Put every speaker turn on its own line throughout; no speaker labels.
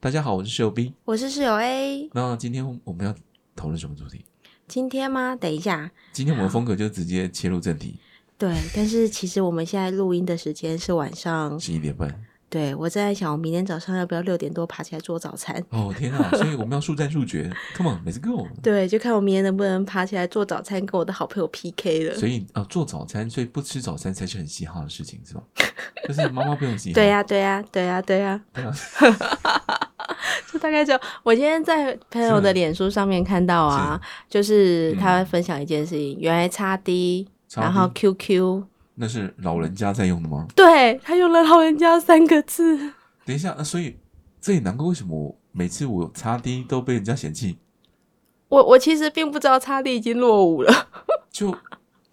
大家好，我是室友 B。
我是室友 A。
那今天我们要讨论什么主题？
今天吗？等一下，
今天我们的风格就直接切入正 题，
对，但是其实我们现在录音的时间是晚上。
十一点半。
对我在想，我明天早上要不要六点多爬起来做早餐？
哦天 啊！所以我们要速战速决，Come on，let's go。
对，就看我明天能不能爬起来做早餐，跟我的好朋友 PK 了。
所以啊、做早餐，所以不吃早餐才是很嘻哈的事情， 是吧？就是妈妈不用洗。
对、呀、对呀、对呀、对呀、
对啊，
就大概就我今天在朋友
是
的脸书上面看到啊，就是他分享一件事情，原来叉 D，
XD
然后 QQ，
那是老人家在用的吗？
对他用了“老人家”三个字，
等一下，啊、所以这也难怪为什么我每次我插 D 都被人家嫌弃，
我我其实并不知道叉 D 已经落伍了。
就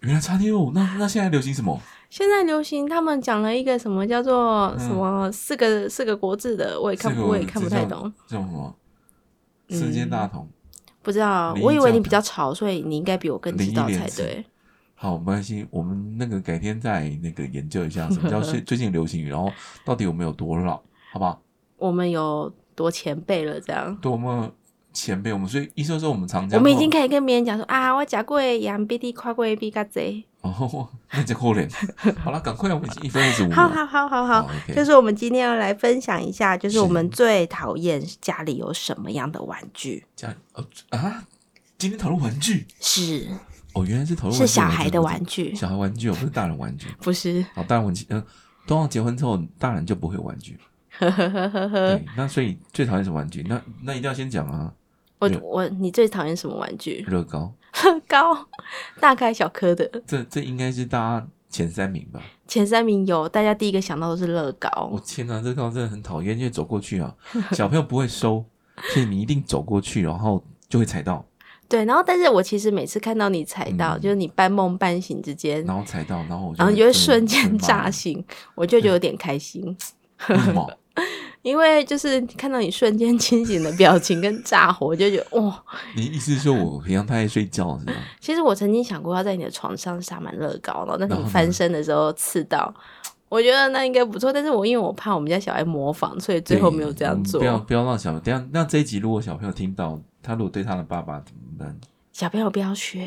原来插 D 哦，那那现在流行什么？
现在流行，他们讲了一个什么叫做
嗯
什么四个、四个国字的，我也看
这个
我也看不太懂，，
这叫什么？
嗯
世界大同。
不知道
灵。异
我以为
教
你
条
比较潮，所以你应该比我更知道才对。
好，没关系，我们那个改天再那个研究一下什么 叫最最近流行语，然后到底我们有多老，好不好？
我们有多前辈了，这样。
对我们前辈，我们所以意思是我们常讲，
我们已经可以跟别人讲说啊，我夹过羊鼻涕，跨过 A B 嘎贼，
哦，那叫扣脸。 好了，赶快，我们已经一分二十五秒。哦
好好好好好，
，OK，
就是我们今天要来分享一下，就是
是
我们最讨厌家里有什么样的玩具，
这样哦啊，今天讨论玩具
是
哦，原来是讨论玩具
是小孩的玩
具，
具，
小孩玩具哦，不是大人玩具。
不是，
好，大人玩具，嗯、通常结婚之后，大人就不会有玩具。
呵呵呵呵呵
对，，那所以最讨厌什么玩具？那那一定要先讲啊，
我
对
我你最讨厌什么 玩具？
乐高，
高， 大概小颗的
这这应该是大家前三名吧。
前三名有，大家第一个想到的是乐
我、
高，
哦天哪，这高真的很讨厌，因为走过去啊，小朋友不会收，所以你一定走过去，然后就会踩到，
对。然后，但是我其实每次看到你踩到，
嗯
就是你半梦半醒之间，
然后踩到，然后我就
然后你就会瞬间炸
炸
醒，我就觉得有点 开心，
为什么？
因为就是看到你瞬间清醒的表情跟炸火，我就觉得哇、
你意思是说我平常太爱睡觉是吗？
其实我曾经想过要在你的床上撒满乐高，然后但是
然后
你
呢
翻身的时候刺到。我觉得那应该不错，但是我因为我怕我们家小孩模仿，所以最后没有这样
对嗯
做
不。要不要让小朋友，等一下那这一集如果小朋友听到，他如果对他的爸爸怎么办？
小朋友不要学，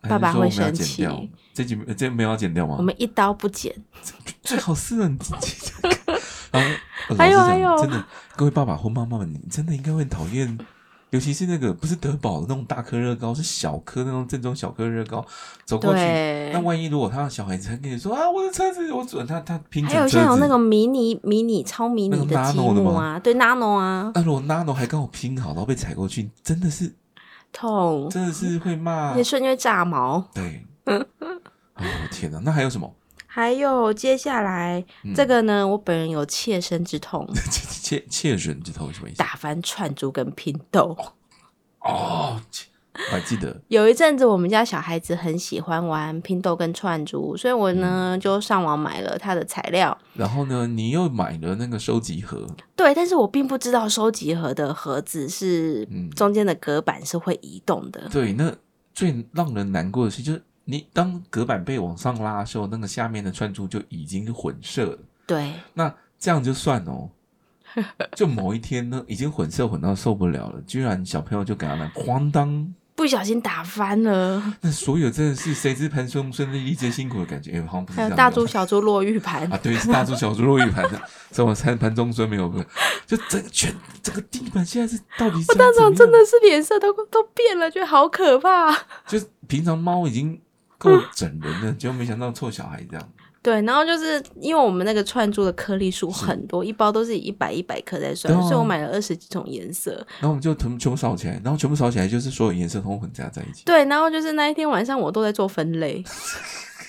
还是
爸爸
说
会
我们要
生
剪
气
掉这集呃这没有要剪掉吗？
我们一刀不剪。
最好是很然后呃
还有
老实讲
还有
真的，各位爸爸或妈妈们，你真的应该会很讨厌， 尤其是那个不是德宝的那种大颗乐高，是小颗那种正宗小颗乐高，走过去。
对
那，万一如果他的小孩子还跟你说啊，我的车子，我准他他拼成
还有
车子，
像有那个迷你、迷你、超迷
那
你
个
的
nano
积
的
木
吗
啊，对 nano 啊，
那如果 Nano 还刚好拼好，然后被踩过去，真的是
痛，
真的是会骂
而且，瞬间会炸毛。
对，哦天哪，那还有什么？
还有接下来、
嗯
这个呢，我本人有切身之痛，
切切人之头是什么意思？
打翻串珠跟拼豆。
哦，切我还记得，
有一阵子，我们家小孩子很喜欢玩拼豆跟串珠，所以我呢、
嗯
就上网买了它的材料。
然后呢，你又买了那个收集盒，
对，但是我并不知道收集盒的盒子是、
嗯
中间的隔板是会移动的。
对，那最让人难过的是，就是你当隔板被往上拉的时候，那个下面的串珠就已经混色 了。
对，
那这样就算哦，就某一天呢，已经混色混到受不了了，居然小朋友就给他们哐当，
不小心打翻了。
那所有真的是谁知盘中孙力一皆辛苦的感觉，哎、好像不是
还
这
有
样
大
讲
猪小猪落玉盘，
啊， 对，是大猪小猪落玉盘的，所以我猜盘中孙没有不，就整个全整个地板现在是到底是
我当
怎么
场真
样
的是脸色都都变了，觉得好可怕。
就是平常猫已经够整人了，结果没想到臭小孩这样。
对，然后就是因为我们那个串珠的颗粒数很多，一包都是一百一百颗在算，
对啊
所以我买了二十几种颜色。
然后我们就全部全部扫起来，然后全部扫起来就是所有颜色通混杂在一起，
对，然后就是那一天晚上我都在做分类，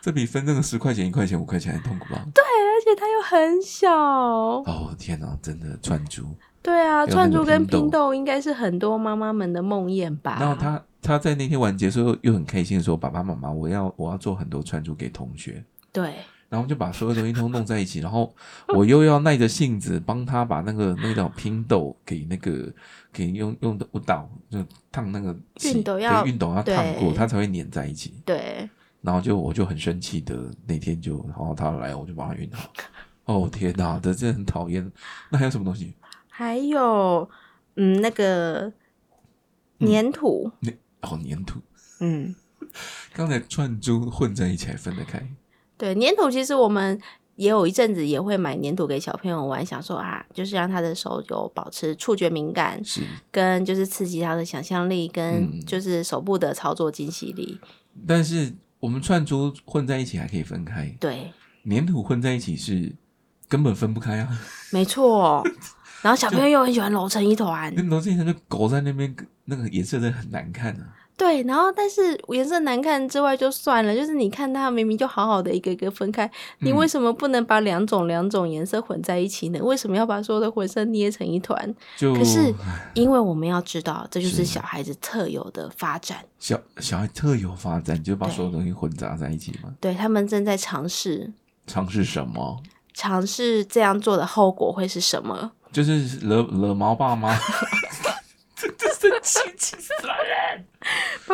这比分那个十块钱、一块钱、五块钱还痛苦吧？
而且它又很小。
哦天哪，真的串珠。
对啊，
还有那个
串珠跟
拼豆
拼豆应该是很多妈妈们的梦魇吧？
然后他他在那天完结之后又很开心的说：“爸爸妈妈，我要我要做很多串珠给同学。”
对
然后我们就把所有东西都弄在一起，然后我又要耐着性子帮他把那个那叫拼豆给那个给用用的舞蹈就烫那个气
熨斗
对
要
熨斗要烫过，
对
它才会粘在一起。
对，
然后就我就很生气的那天就，然后他来我就把他熨好，哦天哪，这真的很讨厌。那还有什么东西？
还有嗯那个粘土，
哦，粘土。
嗯，
刚才串珠混在一起还分得开。
对，粘土其实我们也有一阵子也会买粘土给小朋友玩，想说啊，就是让他的手有保持触觉敏感，
是，
跟就是刺激他的想象力，跟
嗯
就是手部的操作精细力。
但是我们串珠混在一起还可以分开，
对，
粘土混在一起是根本分不开啊。
没错。然后小朋友又很喜欢揉成一团，
那罗志祥就狗在那边，那个颜色真的很难看啊。
对，然后但是颜色难看之外就算了，就是你看它明明就好好的一个一个分开，你
嗯
为什么不能把两种两种颜色混在一起呢？为什么要把所有的混色捏成一团？
就
可是因为我们要知道，这就是
哦哎是
小孩子特有的发展，
小小孩特有发展，就把
对
所有东西混杂在一起嘛。
对他们正在尝试
尝试什么？
尝试这样做的后果会是什么？
就是惹惹毛爸妈。嗯
爸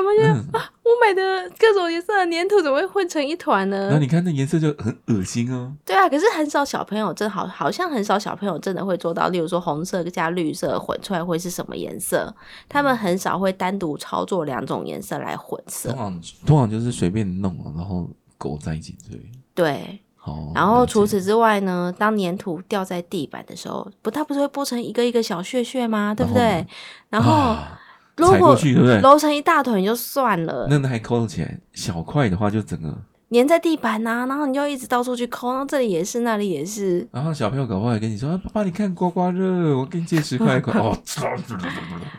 妈就说、啊，我买的各种颜色的粘土怎么会混成一团
然后
呢？
你看那颜色就很恶心哦。
对啊，可是很少小朋友真好，好像很少小朋友真的会做到，例如说红色加绿色混出来会是什么颜色？他
嗯
们很少会单独操作两种颜色来混
通
色。
常通常就是随便弄，然后狗在一起对。
对，
好，
然后
哦了解
除此之外呢，当粘土掉在地板的时候，不，它不是会剥成一个一个小屑屑吗？对不对？然后
啊
如
踩
果
过去对不对？
揉成一大团也就算了，
那那还抠起来，小块的话就整个，
粘在地板呐、然后你就一直到处去抠，然后这里也是，那里也是。
然后小朋友搞不好还跟你说：“啊、爸爸，你看刮刮乐，我给你借十块块。” 哦，操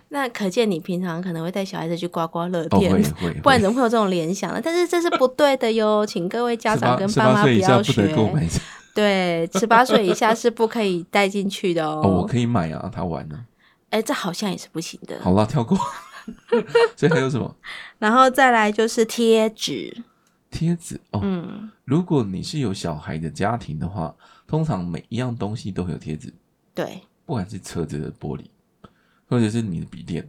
那可见你平常可能会带小孩子去刮刮乐
哦，
店，
会会，
不然怎么会有这种联想呢？但是这是不对的哟，请各位家长跟爸妈
18岁以下
要
不得购
学。
买。
对，十八岁以下是不可以带进去的
哦，我
哦。
可以买啊，他玩呢、
哎、这好像也是不行的。
好啦，跳过。 所以还有什么
然后再来就是贴纸，
贴纸哦？
嗯，
如果你是有小孩的家庭的话，通常每一样东西都会有贴纸，
对，
不管是车子的玻璃，或者是你的笔电、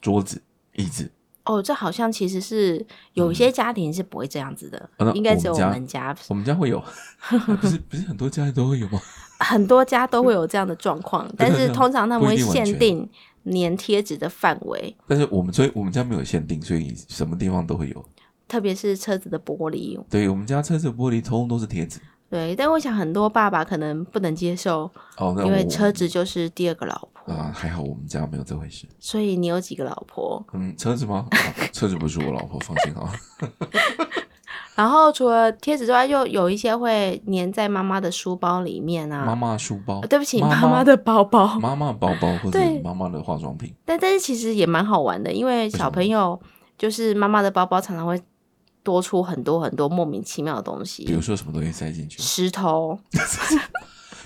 桌子、椅子。
哦，这好像其实是有一些家庭是不会这样子的，
嗯啊那
应该只有
我
我
们家
们家，
我们家会有， 不是不是很多家里都会有吗？
很多家都会有这样的状况，但
对
是
啊
通常他们会
不一定完全
限定粘贴纸的范围，
但是我们所以我们家没有限定，所以什么地方都会有。
特别是车子的玻璃。
对我们家车子玻璃通通都是贴纸。
对，但我想很多爸爸可能不能接受，
哦，那
因为
我
车子就是第二个老婆，
啊，还好我们家没有这回事。
所以你有几个老婆？
嗯，车子吗？啊车子不是我老婆，放心啊。
然后除了贴纸之外，又有一些会粘在妈妈的书包里面 啊。
妈妈的书包
呃，对不起，
妈
妈妈的包包。
妈妈的包包或者
对
妈妈的化妆品，
但但是其实也蛮好玩的，因为小朋友就是妈妈的包包常常会多出很多很多莫名其妙的东
比如
西，
说什么东西塞进去。
石头。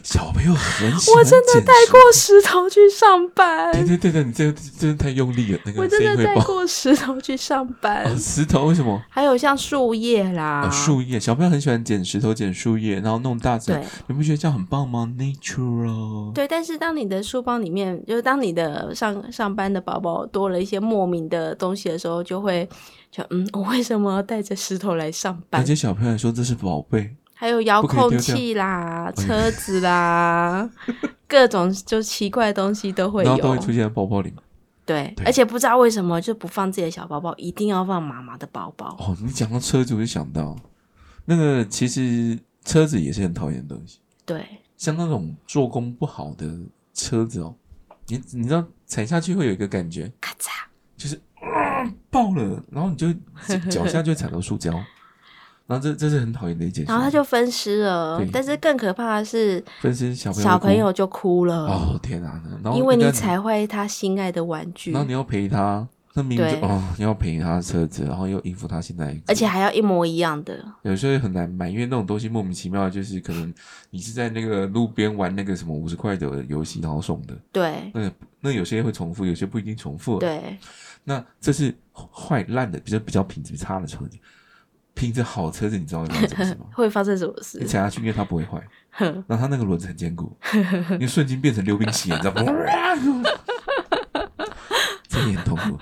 小朋友很喜
我
欢
真的
捡
带
拾
过石头去上班，
对对对对，你这个真的太用力了，那
我
个声
真
音
的
会
带
爆。
过石头去上班。
哦，石头为什么？
还有像树叶啦，
哦，树叶，小朋友很喜欢捡石头、捡树叶，然后弄大自然
对。
你不觉得这样很棒吗？Natural。
对，但是当你的书包里面，就是当你的上上班的包包多了一些莫名的东西的时候，就会就嗯，我为什么要带着石头来上
而
班？
且小朋友说这是宝贝，
还有遥
不可以丢掉
控
嗯
器啦、车子啦， 各种就奇怪的东西都会
然后都
有
会。出现在包包里面。
对，
对
而且不知道为什么就不放自己的小包包，一定要放妈妈的包包。
哦，你讲到车子，我就想到那个，其实车子也是很讨厌的东西，
对，
像那种做工不好的车子哦，你你知道踩下去会有一个感觉，
咔嚓，
就是、啊爆了，然后你 就脚下就会踩到塑胶，然后这这是很讨厌的一件事。
然后它就分尸了
对。
但是更可怕的是，
分身小朋友，
小朋友就哭了，
哦天哪、然后
因为
一旦
你，踩坏他心爱的玩具
然。后你要陪他，那明明就
对
哦你要陪他车子，然后又应付他现在，
而且还要一模一样的，
有时候也很难买，因为那种东西莫名其妙，就是可能你是在那个路边玩那个什么五十块的游戏，然后送的，
对
那那有些会重复，有些不一定重复。，啊
对，
那这是坏烂的，比较比较品质差的车子，品质好车子，你知道会发生什么事吗？
会发生什么
哦你
事？
踩下去，因为它不会坏，
哼
然后它那个轮子很坚 固，你瞬间变成溜冰鞋，你知道吗？这也很痛苦。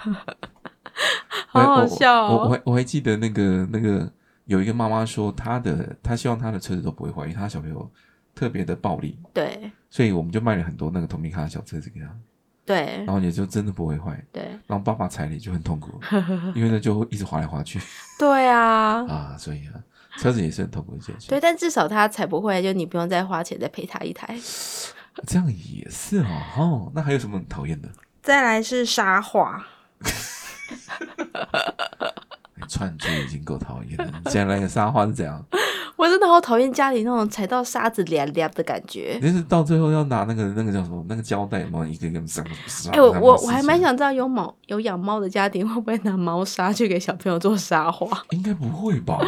我
好好
我
笑哦
我我还我还记得那个那个有一个妈妈说，她的她希望她的车子都不会坏，因为她小朋友特别的暴力，
对
所以我们就卖了很多那个透明卡的小车子给他，
对
然后也就真的不会坏。
对
然后爸爸踩雷就很痛苦，因为呢就会一直滑来滑 去
对啊，
啊，所以啊，车子也是很痛苦的一件事。
对，但至少他踩不会，就你不用再花钱再赔他一台。
这样也是哦，哦，那还有什么很讨厌的？
再来是沙画，
哎串珠已经够讨厌了，你现在来个撒欢是怎样？
我真的好讨厌家里那种踩到沙子凉凉的感觉。
就是到最后要拿那个那个叫什么那个胶带嘛，一个一个什么什么。
哎、我我我还蛮，想知道有猫有养猫的家庭会不会拿猫砂去给小朋友做沙画？
应该不会吧？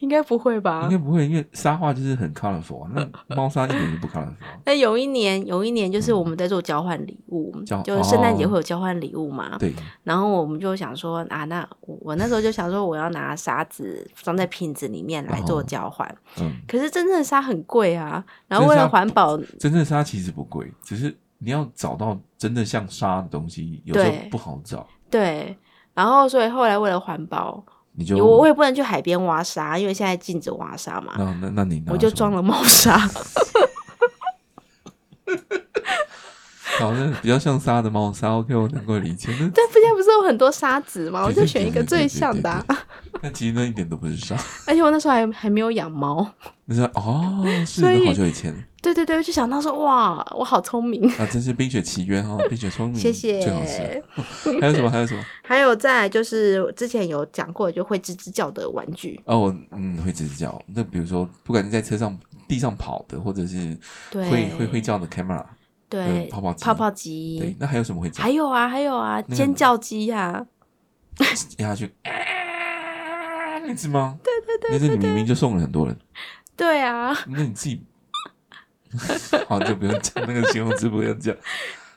应该不会吧
应该？不会，因为沙画就是很 colorful，啊那猫砂一点都不 colorful 啊。
那有一年，有一年就是我们在做交换礼物，
交
就是圣诞节
哦
会有交换礼物嘛。
对，
然后我们就想说啊，那我我那时候就想说，我要拿沙子装在瓶子里面来做
哦
交换。
嗯，
可是真正的沙很贵啊，然后
真
为
的
了
沙
环保，
真正沙其实不贵，只是你要找到真的像沙的东西，有时候
对
不好找，
对，然后所以后来为了环保，
你就
我我也不能去海边挖沙，因为现在禁止挖沙嘛，
那嗯那那你拿
我就
什么
装了猫砂。
好像比较像沙的猫砂，OK，我能够理解。那
但附近不是有很多沙子吗？我就选一个最像的啊、
对。对对对对但其实那一点都不是沙，
而且我那时候还还没有养猫。
那是哦，是
所以
那好久以前
对对对，我就想到说，哇，我好聪明，
啊，真是《冰雪奇缘》 哦，《冰雪聪明》
谢
最好吃
谢。
了。还有什么？还有什么？
还有再来就是我之前有讲过，就会吱吱叫的玩具，
哦，我嗯会直叫。那比如说，不管是在车上、地上跑的，或者是
对，
会会会，叫的 camera，嗯
对，
泡泡机
泡泡
对
机，，
那还有什么会叫
还？有啊，还有啊，
那个
尖叫啊鸡呀、
压下去，啊那只吗？对对对，那只你明明就送了很多人，
对啊，
那你自己。 好，就不用讲那个形容词，不用讲。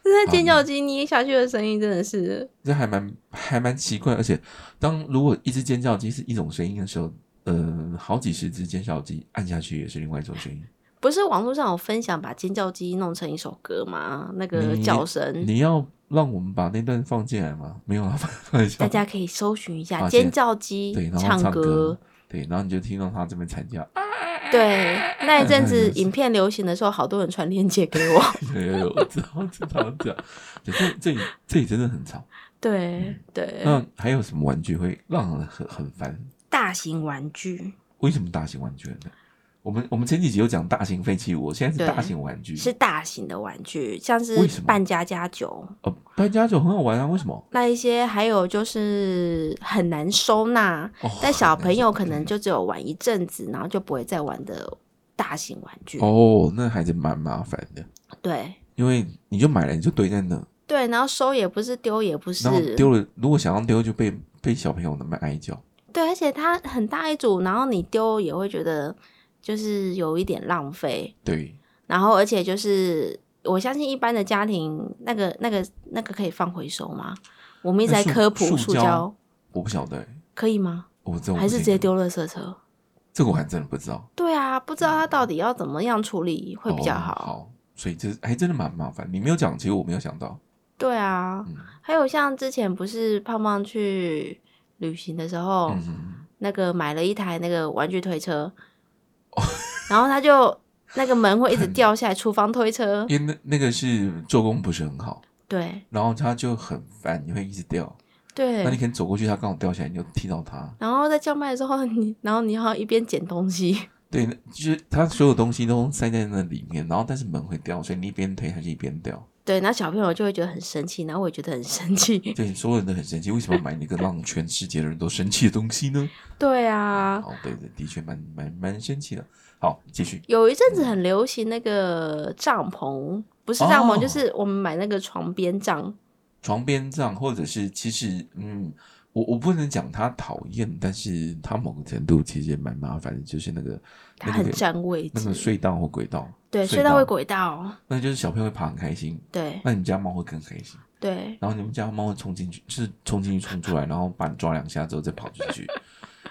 那
啊
尖叫鸡捏下去的声音真的是，
这还蛮还蛮奇怪，而且当如果一只尖叫鸡是一种声音的时候，呃，好几十只尖叫鸡按下去也是另外一种声音。
不是网络上有分享把尖叫鸡弄成一首歌吗？那个
你
叫声，
你要让我们把那段放进来吗？没有啊，放一下
大。家可以搜寻一下
啊
尖
尖
叫鸡
对，然后
唱
唱
歌。
对，然后你就听到他这边惨叫，啊
对，那一阵子
嗯嗯嗯
影片流行的时候，好多人传链接给 我。
对，哎我知道，知道，知道。对这这里这里真的很吵。
对
嗯
对，
那还有什么玩具会让人很很烦？
大型玩具
为什么大型玩具呢？我们我们前几集有讲大型废弃物，现在
对
是大型玩具。
是大型的玩具，像是
为什么
扮家家酒
呃，搬家酒很好玩啊，为什么？
那一些，还有就是很难收纳，
哦，
但小
很难
朋友
想
可能就只有玩一阵子，然后就不会再玩的大型玩具。
哦，那还是蛮麻烦的，
对
因为你就买了你就堆在那，
对，然后收也不是，丢也不
然后
是，
丢了，如果想要丢就被被小朋友那么哀叫。
对，而且它很大一组，然后你丢也会觉得就是有一点浪费。
对，
然后而且就是我相信一般的家庭，那个那个那个可以放回收吗？我们一直
那塑
在科普
塑
塑
胶
胶
我不晓得欸，
可以吗？
我这我不
还是直
清
接
楚？
丢垃圾车？
这个我还真的不知道，
对啊，不知道它到底要怎么样处理会比较
哦
好。
好，所以这还真的蛮麻烦。你没有讲，其实我没有想到。
对啊，
嗯
还有像之前不是胖胖去旅行的时候，
嗯嗯，
那个买了一台那个玩具推车， 然后他就那个门会一直
很
掉下来，厨房推车
嗯，因为那那个是做工不是很好，
对
然后它就很烦，你会一直掉。那你
对。
可能走过去，它刚好掉下来，你就踢到它。
然后在叫卖的时候，你然后你还要一边捡东西，
对，那就是它所有东西都塞在那里面，然后但是门会掉，所以你一边推还是一边掉。
对，那小朋友就会觉得很生气，然后我也觉得很生 气。
对，所有人都很生气，为什么要买那个让全世界的人都生气的东西呢？
对 啊，
哦，对对，的确蛮蛮蛮生气的。好，继续。
有一阵子很流行那个帐篷，不是帐篷，
哦
就是我们买那个床边帐。
床边帐，或者是其实，嗯，我我不能讲它讨厌，但是它某个程度其实也蛮麻烦的，就是那个
它
那
很
个
占位
那个
置，
隧道或轨道，
对，
隧
隧道会
道
轨道，
那就是小朋友会爬很开心，
对
那你们家猫会更开心，
对
然后你们家猫会冲进去，就是冲进去冲出来，然后把你抓两下 之后再跑出去，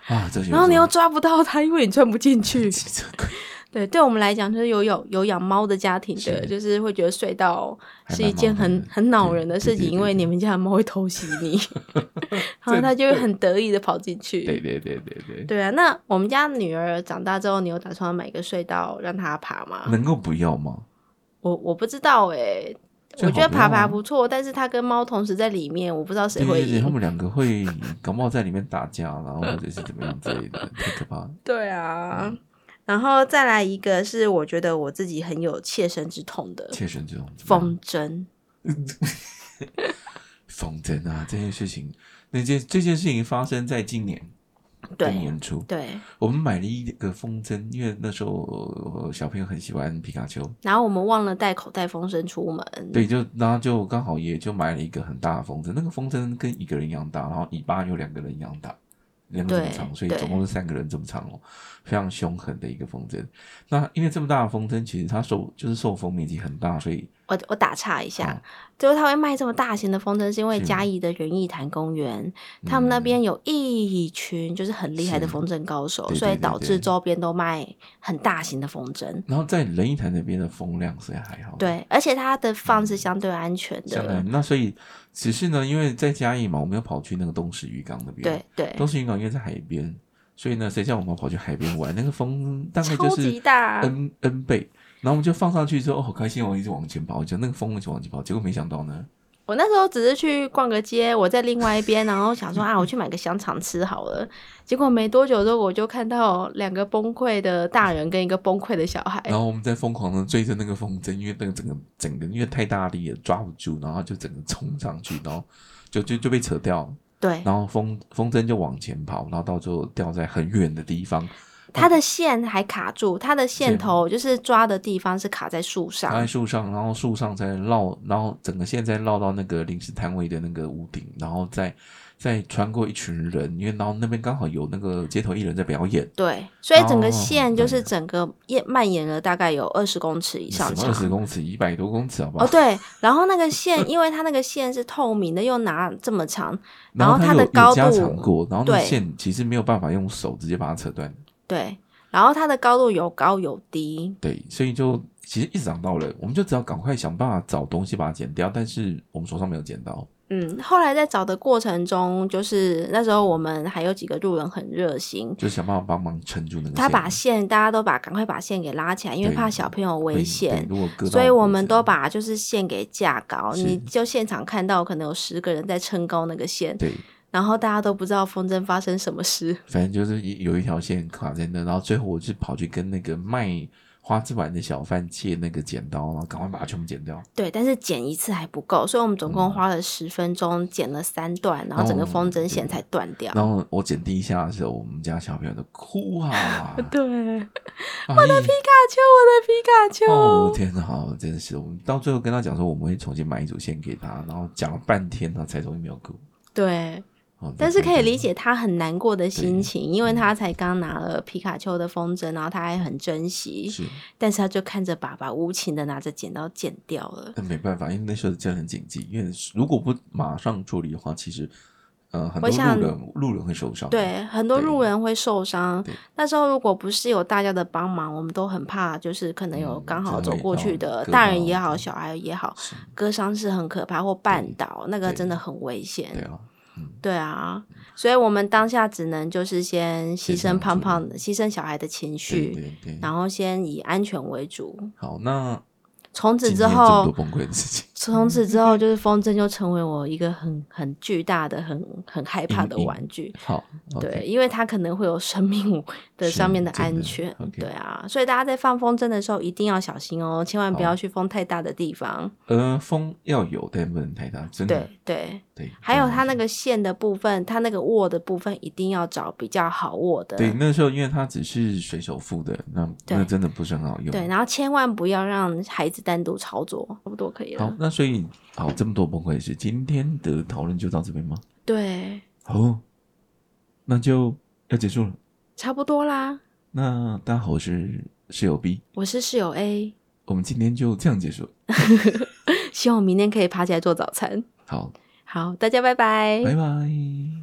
啊，这些
然后你又抓不到它，因为你钻不进去，
汽车轨，
对，对我们来讲，就是有有有养猫的家庭的，
是
就是会觉得睡到
还
是
蛮
一件
矛盾
很
的
很恼人的
对
事
对
情，
对
因
对
为你们家的猫会偷袭 你， 然后它就会很得意的跑进去。
对对对对对，
对啊，那我们家女儿长大之后，你有打算买个隧道让她爬 吗？
能够不要吗？
我我不知道哎、
最好
我觉得
不
爬
要
爬
啊
不错，但是它跟猫同时在里面，我不知道谁
对
会
对对，他
赢。
们两个会搞不好在里面打架，然后或者是怎么样之类 的，太可怕了。
对啊，
嗯
然后再来一个是我觉得我自己很有切身之痛的
切身这种
风筝。
风筝啊，这件事情，那件这件事情发生在今年的
对
年初，
对，
我们买了一个风筝，因为那时候呃小朋友很喜欢皮卡丘，
然后我们忘了带口袋风筝出门。
对，就然后就刚好也就买了一个很大的风筝，那个风筝跟一个人一样大，然后尾巴有两个人一样大，两个这么
对
长，所以
对
总共是三个人这么长哦，非常凶狠的一个风筝。那因为这么大的风筝，其实它受就是受风面积很大，所以
我我打岔一下
好，
就是他会卖这么大型的风筝，是因为
嗯是
嘉义的园艺坛公园，他们那
嗯
边有一群就是很厉害的
是
风筝高手，
对对
所以
对
导致
对
周边都卖很大型的风筝。
然后在仁义潭那边的风量是还好的，
对，而且它的放是相对安全
哦嗯相
的
当。于那所以只是呢，因为在嘉义嘛，我们要跑去那个东石渔港那边，
对对，
东石渔港因为在海边，所以呢，谁叫我们跑去海边玩？那个风大概就
超级
是嗯
大，
n n 倍，然后我们就放上去之后，哦，好开心哦，我一直往前跑，就那个风一直往前跑，结果没想到呢，
我那时候只是去逛个街，我在另外一边，然后想说啊，我去买个香肠吃好了。结果没多久之后，我就看到两个崩溃的大人跟一个崩溃的小孩。
然后我们在疯狂的追着那个风筝，因为那个整个整个因为太大力了抓不住，然后就整个冲上去，然后就就就被扯掉了，
对，
然后风风筝就往前跑，然后到最后掉在很远的地方，
他的线还卡住，他的线
是
头就是抓的地方是卡在树
搭
上
在。树上，然后树上再绕，然后整个线再绕到那个临时摊位的那个屋顶，然后再再穿过一群人，因为然后那边刚好有那个街头艺人在表演，
对，所以整个
哦
线就是
对
整个延蔓延了大概有二十公尺以
什
上
么
长
二。十公尺，一百多公尺，好不好？
哦，对，然后那个线，因为它那个线是透明的，又拿这么长，
然
然后
后
它
它有
的高
有加
度
长过，然后那个
对
线其实没有办法用手直接把它扯断，
对，然后它的高度有高有低，
对，所以就其实一直长到了，我们就只要赶快想办法找东西把它剪掉，但是我们手上没有剪刀，
嗯，后来在找的过程中，就是那时候我们还有几个路人很热心，
就想办法帮忙撑住那个线。
他把线大家都把赶快把线给拉起来，因为
对
怕小朋友
对
危
对
险，
如果割到
所以我们
脖子啊
都把就是线给架高。
是
你就现场看到可能有十个人在撑高那个线，
对
然后大家都不知道风筝发生什么事。
反正就是一有一条线卡在那，然后最后我就跑去跟那个卖花枝丸的小贩借那个剪刀，然后赶快把它全部剪掉。
对，啊但是剪一次还不够，所以我们总
嗯
共花了十分钟剪了三段，然后
哦
整个风筝线才断掉。
然后我剪第一下的时候，我们家小朋友都哭啊！ 哎
对，我
我的皮
的皮卡丘，我的皮卡丘。
哦天哪，真的是我们到最后跟他讲说我们会重新买一组线给他，然后讲了半天，他才终于没有哭。
对，
哦
但是可以理
解，
解他很难过的心情，因为他才刚拿了皮卡丘的风筝，然后他还很珍惜，
是
但是他就看着爸爸无情的拿着剪刀剪掉了。
那没办法，因为那时候真的很紧急，因为如果不马上处理的话，其实呃很多
我想
路人路人会受伤。
对，很多
对
路人会受伤
对。
那时候如果不是有大家的帮忙，我们都很怕，就是可能有
嗯
刚好
真的
走
会
过去
让
的
割
大人
到
也好，
对
小孩也好，
是，
割伤是很可怕，或绊倒，那个
对
真的很危
对
险。
啊，嗯。
对啊，所以我们当下只能就是先
先
牺
这样
牲胖
处理
胖的，牺牲小孩的情
对
绪，
对对，
然后先以安全为主。
好，那
从此
今
之
天这么
后
多，崩溃的事 情，
从此之后 就是风筝就成为我一个很很巨大的、很很害怕的
阴影
玩具。
好，
对，，因为它可能会有生命的
是
上面的
真的
安全，
OK
对啊，所以大家在放风筝的时候一定要小心哦，千万不
好
要去风太大的地方。
呃，风要有，但不能太大，真的，
对对，
对，
还有
真的
它那个线的部分，它那个握的部分一定要找比较好握的，
对那时候，因为它只是水手服的，那
对
那真的不是很好用。
对，然后千万不要让孩子单独操作，差不多可以
好
了，。
那所以好，这么多崩溃的事，今天的讨论就到这边吗？
对，
好，那就要结束了。
差不多啦。
那大家好，我是室友 B，
我是室友 A，
我们今天就这样结束。
希望我明天可以爬起来做早餐。
好，
好，大家拜拜。
拜拜。